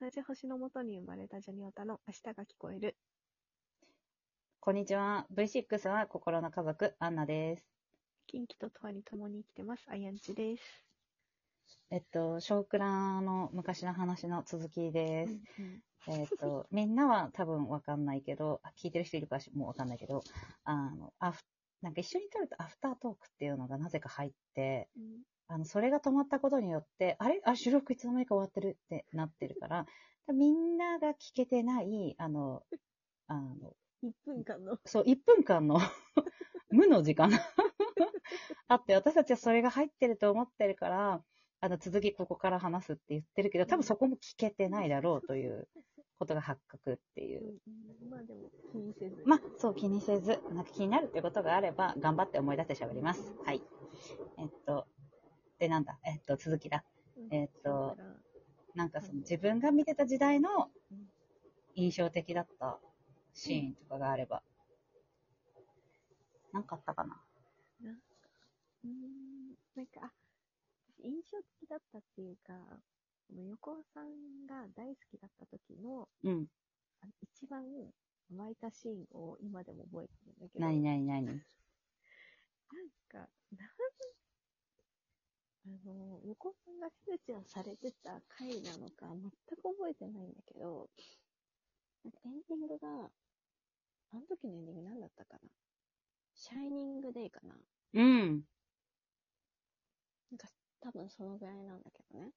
同じ星の下に生まれたジャニオタの明日が聞こえる。こんにちは。V6 は心の家族、アンナです。近畿と永遠に共に生きてます。あやんちです。えっと、少クラの昔の話の続きでうんうんす。えっと、みんなは多分わかんないけど、あ聞いてる人いるかしもうわかんないけど、あの、アフ、なんか一緒に撮るとアフタートークっていうのがなぜか入って、うんあの、それが止まったことによって、あれあ、収録いつの間にか終わってるってなってるから、みんなが聞けてない、あの、あの、 1分間の。そう、1分間の 無の時間 があって、私たちはそれが入ってると思ってるから、あの、続きここから話すって言ってるけど、多分そこも聞けてないだろうということが発覚っていうう。んまあでも気にせず。まあ、そう気にせず、なんか気になるってことがあれば、頑張って思い出して喋ります。はい。えっと、で、なんだ、えっと、続きだ。うんえーっそとうだからなんかその自分が見てた時代のうん印象的だったシーンとかがあれば。なんかあったかなうーん、なんか、あ印象的だったっていうか、この横尾さんが大好きだった時の、うん。あの一番巻いたシーンを今でも覚えてるんだけど。なになになになんか、なん、あの、横尾さんが手口をされてた回なのか、全く覚えてないんだけど、なんかエンディングが、あの時のエンディング何だったかなシャイニングデイかなうん。なんか、多分そのぐらいなんだけどね。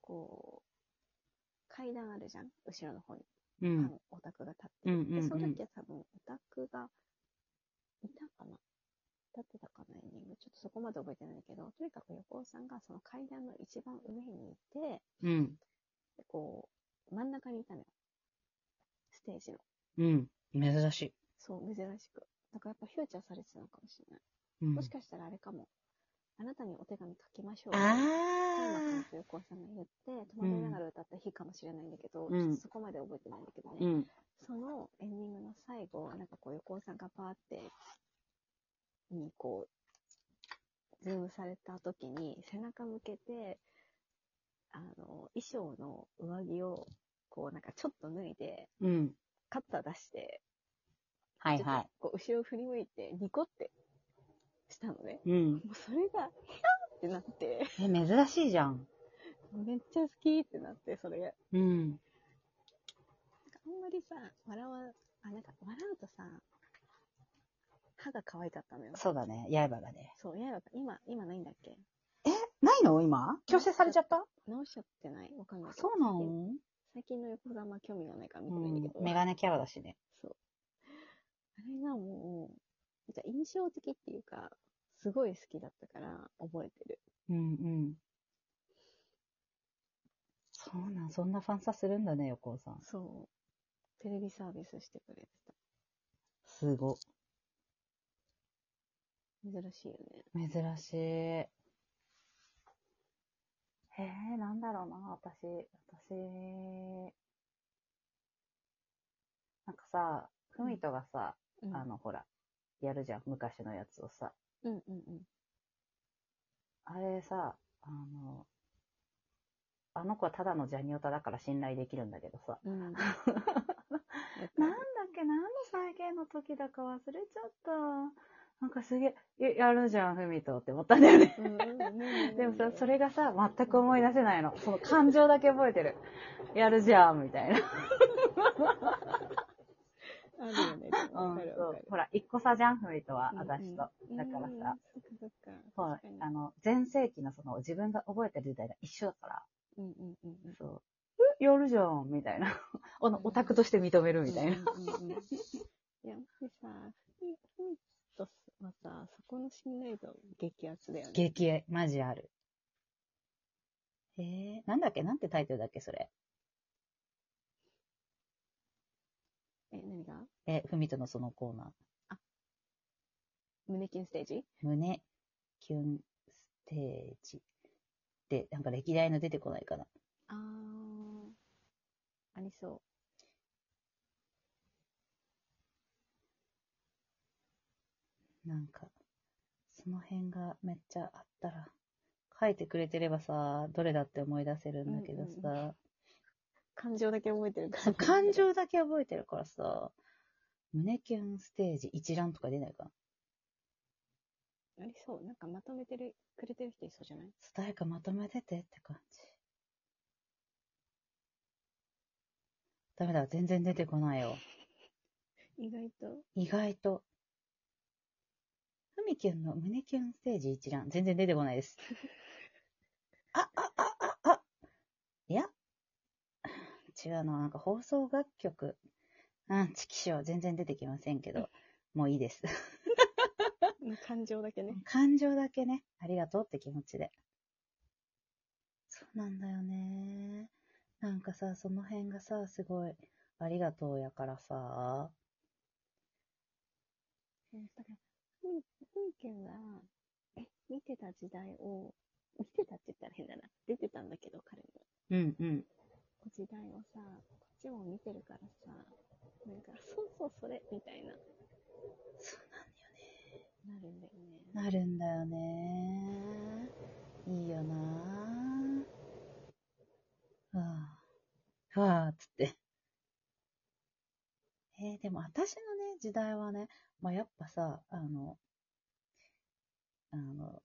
こう、階段あるじゃん後ろの方に、うあん。の、オタクが立ってうんる。うんうんで、その時は多分、オタクが、いたかな立ってたかなエンディング。ちょっとそこまで覚えてないんだけど、とにかく横尾さんがその階段の一番上にいて、うん。でこう、真ん中にいたのよ。ステージの。うん。珍しい。そう、珍しく。だからやっぱフューチャーされてたのかもしれない。うんもしかしたらあれかも。あなたにお手紙書きましょう。こんな感あじで横尾さんが言って、戸惑いながら歌った日かもしれないんだけど、うちんょっとそこまで覚えてないんだけどね。ー。うん。そのエンディングの最後、なんかこう横尾さんがパーって、にこう、ズームされた時に背中向けて、あの、衣装の上着を、こうなんかちょっと脱いで、うん。カッター出して、はいちょはっとこう後ろ振り向いて、ニコってしたのね。い。うん。もうそれが、ヒャーってなって、え、珍しいじゃん。めっちゃ好きってなって、それが。うん。なんかあんまりさ、笑わ、あ、なんか笑うとさ、歯が可愛かったのよ。そうだね。刃がね。そう、いや、今、今ないんだっけないの今強制されちゃった直しちゃってないわかんないけど。そうな最近最の近の横浜興味がないから見うてないんだんけど。。メガネキャラだしね。そう。あれがもう、じゃ印象的っていうか、すごい好きだったから覚えてる。うんうん。そうなん、そんなファンサするんだね、横尾さん。そう。テレビサービスしてくれてた。すご。珍しいよね。珍しい。へえ、なんだろうな、私、私、なんかさ、ふみとがさ、うん、あの、ほら、やるじゃん、昔のやつをさ。うんうんうん。あれさ、あの、あの子はただのジャニオタだから信頼できるんだけどさ。 うん。なんだっけ、何の再現の時だか忘れちゃった。なんかすげえ、ややるじゃん、ふみとって思ったんだよね。うんうんねでもさ、それがさ、全く思い出せないの。その感情だけ覚えてる。やるじゃん、みたいな。あるよね。でもうわんかる、そわかうる。ほら、一個差じゃん、ふみとはう、んうん私と。だからうんさ、、そっかそっか。そう確かに、あの、前世紀のその、自分が覚えてる時代が一緒だから、うんうんうんうん。そう。えやるじゃん、みたいな。あの、オタクとして認めるみたいな。うんうんうんうん。いや、もしさ、ふみふみとはさ、そこの信頼度激アツだよね。激愛、マジある。えー、なんだっけなんてタイトルだっけそれ。え、何がえ、ふみとのそのコーナー。胸キュンステージ胸キュンステージ。で、なんか歴代の出てこないかな。あー、ありそなんか、その辺がめっちゃあったら、書いてくれてればさ、どれだって思い出せるんだけどうさ、んう感情だけ覚えてるから。感情だけ覚えてるからさ、胸キュンステージ一覧とか出ないかな。ありそう。なんかまとめてる、くれてる人いそうじゃない誰かまとめててって感じ。ダメだ、全然出てこないよ。意外と。意外と。ふみきゅんの胸キュンステージ一覧、全然出てこない です。あ、あ、あ、あ、あ。いや。違うの、なんか放送楽曲。うん、チキショー、全然出てきませんけど、もういいです。うん感情だけね。感情だけね、ありがとうって気持ちで。そうなんだよね。なんかさ、その辺がさ、すごい、ありがとうやからさ、うんだから、ふん、ふんけんが、え見てた時代を、見てたって言ったら変だな。出てたんだけど、彼も。うんうん。時代をさ、こっちも見てるからさ、なんか、そうそう、それ、みたいな、そうなるんだよね。なんだよね。なるんだよね。いいよなぁ。わあ。ふわあ、つって。えー、でも私のね、時代はね、まあ、やっぱさ、あの、あの、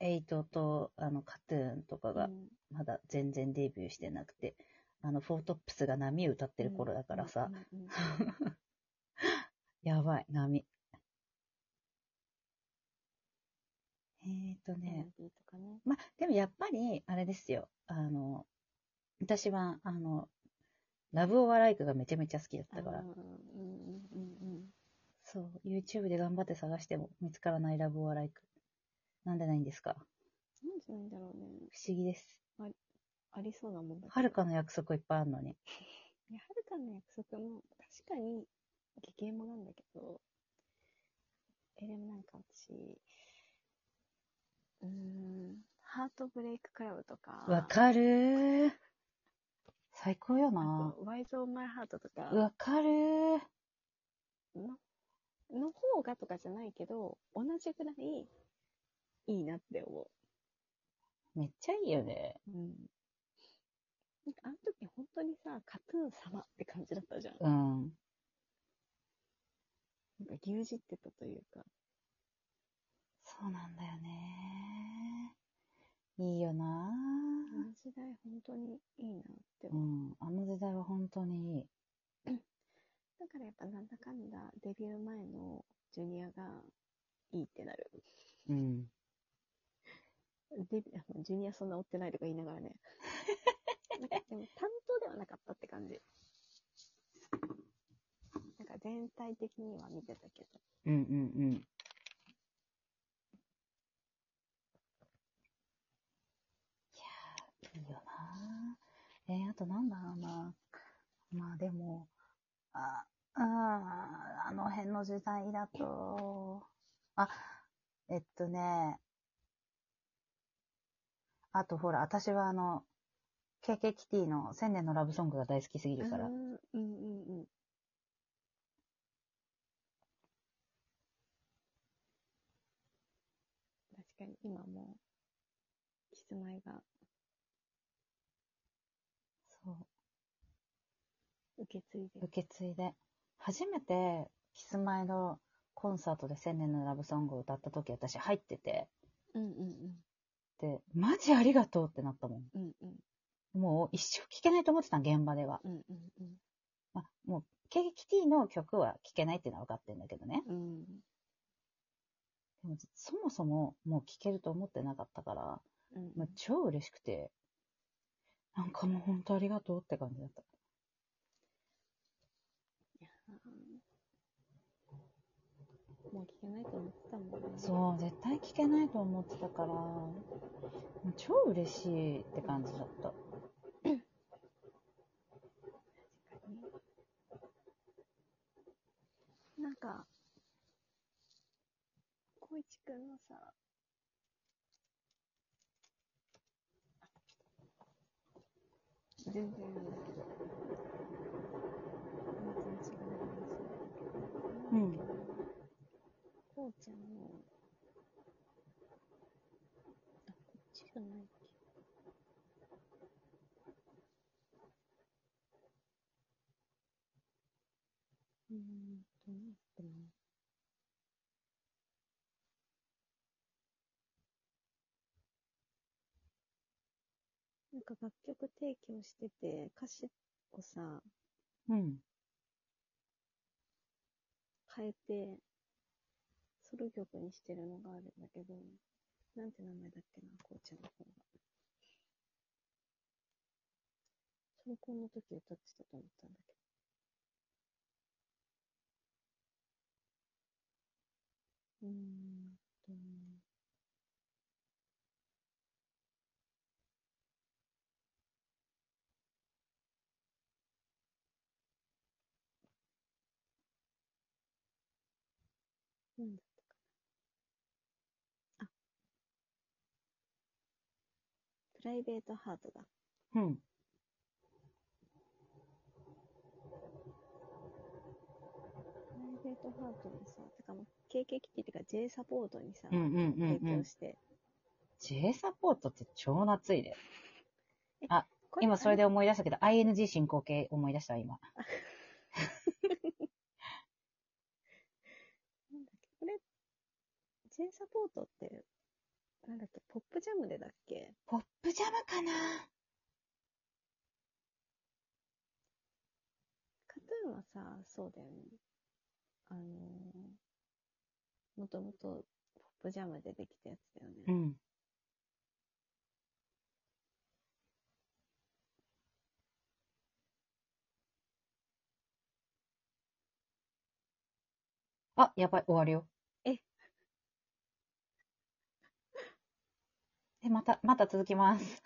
エイトと、あの、カトゥーンとかがう、んまだ全然デビューしてなくて、あの、フォートップスが波歌ってる頃だからうさ、、んうんうんやばい、波。えーとね、メロディーとかね。まあ、でもやっぱり、あれですよ。あの、私は、あの、ラブオアライクがめちゃめちゃ好きだったからあー、うんうんうんうん。そう、YouTube で頑張って探しても見つからないラブオアライク。なんでないんですかなんじゃないんだろうね。不思議です。ありそうなもんだけどはるかの約束いっぱいあるのに。いや、はるかの約束も確かに激エモなんだけど、え、でもなんか私、うーん、ハートブレイククラブとか、わかるー。最高よあな。と、ワイズ・オン・マイ・ハートとかわかるー。の、の方がとかじゃないけど、同じぐらいいいなって思めっちゃいいよね。う。うん。なんかあの時本当にさ、カトゥーン様って感じだったじゃん。うん。なんか牛耳ってたというか。そうなんだよねー。いいよなあー。の時代本当にいいなって思ううん、あの時代は本当にいい。だからやっぱなんだかんだデビュー前のジュニアがいいってなる。うん。デビあのジュニアそんな追ってないとか言いなが らね。なんかでも担当ではなかったって感じ。なんか全体的には見てたけど。うんうんうん。いやー、いいよなー。えー、あとなんだろうな。まあでも、あ、あーあの辺の時代だと、あ、えっとね、あとほら、私はあの、KKKT の千年のラブソングが大好きすぎるからう、んうんうんうん。確かに今もう、キスマイがそう、受け継いでる。受け継いで初めてキスマイのコンサートで「千年のラブソング」を歌った時私入っててうんうんうん。でマジありがとうってなったもんうんうんもう一生聴けないと思ってた現場では、うんうんうん。まあ、もう KKT の曲は聴けないっていうのは分かってるんだけどねうん。でもそもそももう聴けると思ってなかったからうんもう超嬉しくてなんかもう本当ありがとうって感じだったもう聞けないと思ってたもんね。そう絶対聴けないと思ってたからもう超嬉しいって感じだっ確かたに。なんか、光一くんのさ、全然あれだけど、全然違う話なんだけど、こうちゃんの、あ、こっちじゃないっけどうなっても。なんか楽曲提供してて、歌詞をさ、うん。変えて、ソロ曲にしてるのがあるんだけど、なんて名前だっけな、こうちゃんの方が。小高の時歌ってたと思ったんだけど。うーんとね。なんだったかな。あ。プライベートハートだ。うん。プライベートハートのさ、てかもう KKKT っていうか J サポートにさ、うんうんうんうん提供して。 J サポートって超夏いで。こ今それであ思い出したけど、ING 進行形思い出した、今。れなんだっけこれ、J サポートって、なんだっけ、ポップジャムでだっけポップジャムかなカトゥーンはさ、そうだよね。あのー、もともとポップジャムでできたやつだよね。うん。あ、やばい、終わるよ。ええ、また、また続きます。